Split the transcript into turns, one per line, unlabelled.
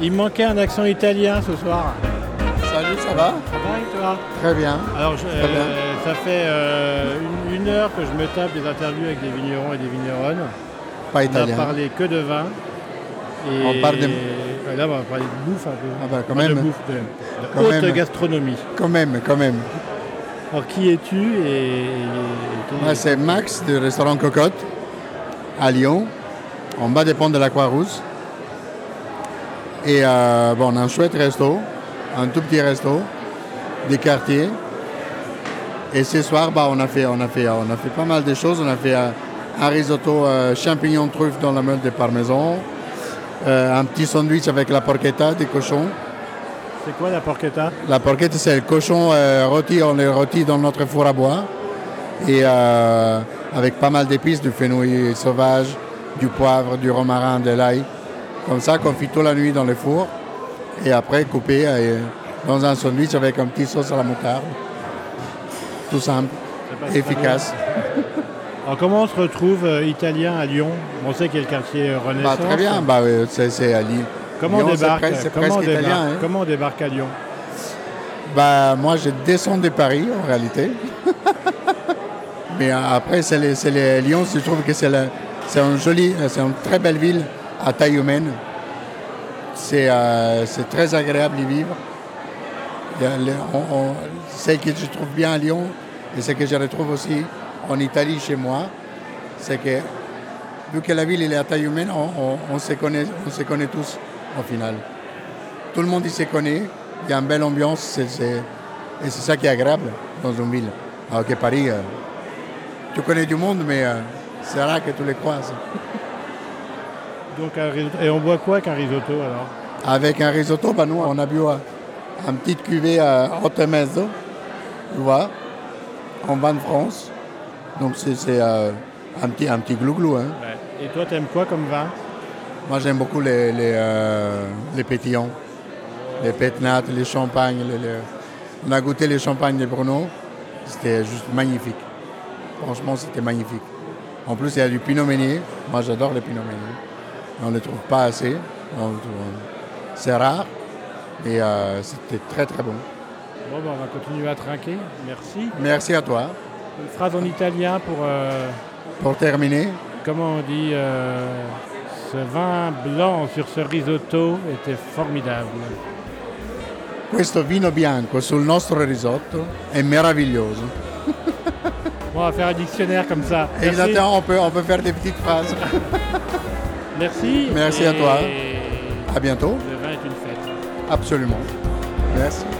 Il me manquait un accent italien ce soir.
Salut, ça va
Ça va et toi
Très bien.
Alors, je-
Très bien.
euh, ça fait euh, une, une heure que je me tape des interviews avec des vignerons et des vigneronnes. On
Pas
n'a
italien.
parlé que de vin. Et
On parle de-
et là, on va parler de bouffe un peu.
Ah bah, quand
Enfin, de
même.
bouffe, de, de
Quand
haute
même.
gastronomie.
Quand même, quand même.
Alors, qui es-tu et, et- et-
Moi, c'est Max du restaurant Cocotte à Lyon, en bas des ponts de la Croix-Rousse. Et euh, bon, on a un chouette resto, un tout petit resto, des quartiers. Et ce soir, bah, on, a fait, on, a fait, on a fait pas mal de choses. On a fait euh, un risotto euh, champignon truffe dans la meule de parmesan, euh, un petit sandwich avec la porchetta des cochons.
c'est quoi la porchetta
La porchetta, c'est le cochon euh, rôti, on le rôti dans notre four à bois. Et euh, avec pas mal d'épices, du fenouil sauvage, du poivre, du romarin, de l'ail. Comme ça, confit toute la nuit dans le four. Et après, coupé euh, dans un sandwich avec un petit sauce à la moutarde. Tout simple,
Ça passe très bien.
efficace.
Alors, comment on se retrouve euh, italien à Lyon On sait qu'il y a le quartier euh,
Bah,
Renaissance.
très bien, bah, euh, c'est- c'est à Lille.
Comment
Lyon,
on
c'est
débarque,
pres- c'est
comment, on
presque
débarque
italien. hein.
comment on débarque à Lyon
Bah, moi, je descends de Paris, en réalité. Mais euh, après, c'est les, c'est les- Lyon, je trouve que c'est la- c'est une jolie, euh, c'est une très belle ville à taille humaine. C'est euh, c'est très agréable d'y vivre. Il y a le- on- on- ce que je trouve bien à Lyon, et ce que je retrouve aussi en Italie chez moi, c'est que vu que la ville elle est à taille humaine, on, on- on se, connaît, on se connaît tous au final. Tout le monde y se connaît, il y a une belle ambiance, c'est- c'est- et c'est ça qui est agréable dans une ville. Alors que Paris, euh, tu connais du monde, mais euh, c'est rare que tu les croises.
Donc, un risotto- Et on boit quoi qu'un risotto alors
Avec un risotto, bah, nous, on a bu euh, un petit cuvée à haute mezzo, tu vois, en vin de France. Donc c'est c'est, euh, un petit, un petit glouglou. hein.
Et toi, t'aimes quoi comme vin
Moi, j'aime beaucoup les, les, euh, les pétillons, les pétnates, les champagnes. les- les- On a goûté les champagnes de Bruno. C'était juste magnifique. Franchement, c'était magnifique. En plus, il y a du Pinot Meunier. Moi, j'adore les Pinot Meunier. On ne les trouve pas assez. On le trouve- C'est rare. Et euh, c'était très, très bon.
Bon, ben, on va continuer à trinquer. Merci.
Merci à toi.
Une phrase en italien pour euh,
Pour terminer,
comment on dit euh, ce vin blanc sur ce risotto était formidable.
questo vino bianco sul nostro risotto è meraviglioso.
Bon, on va faire un dictionnaire comme ça.
Et
Merci.
attends, on peut, on peut faire des petites phrases.
Merci.
Merci à
Et
toi. À bientôt.
Le vin est une fête.
Absolument. Merci.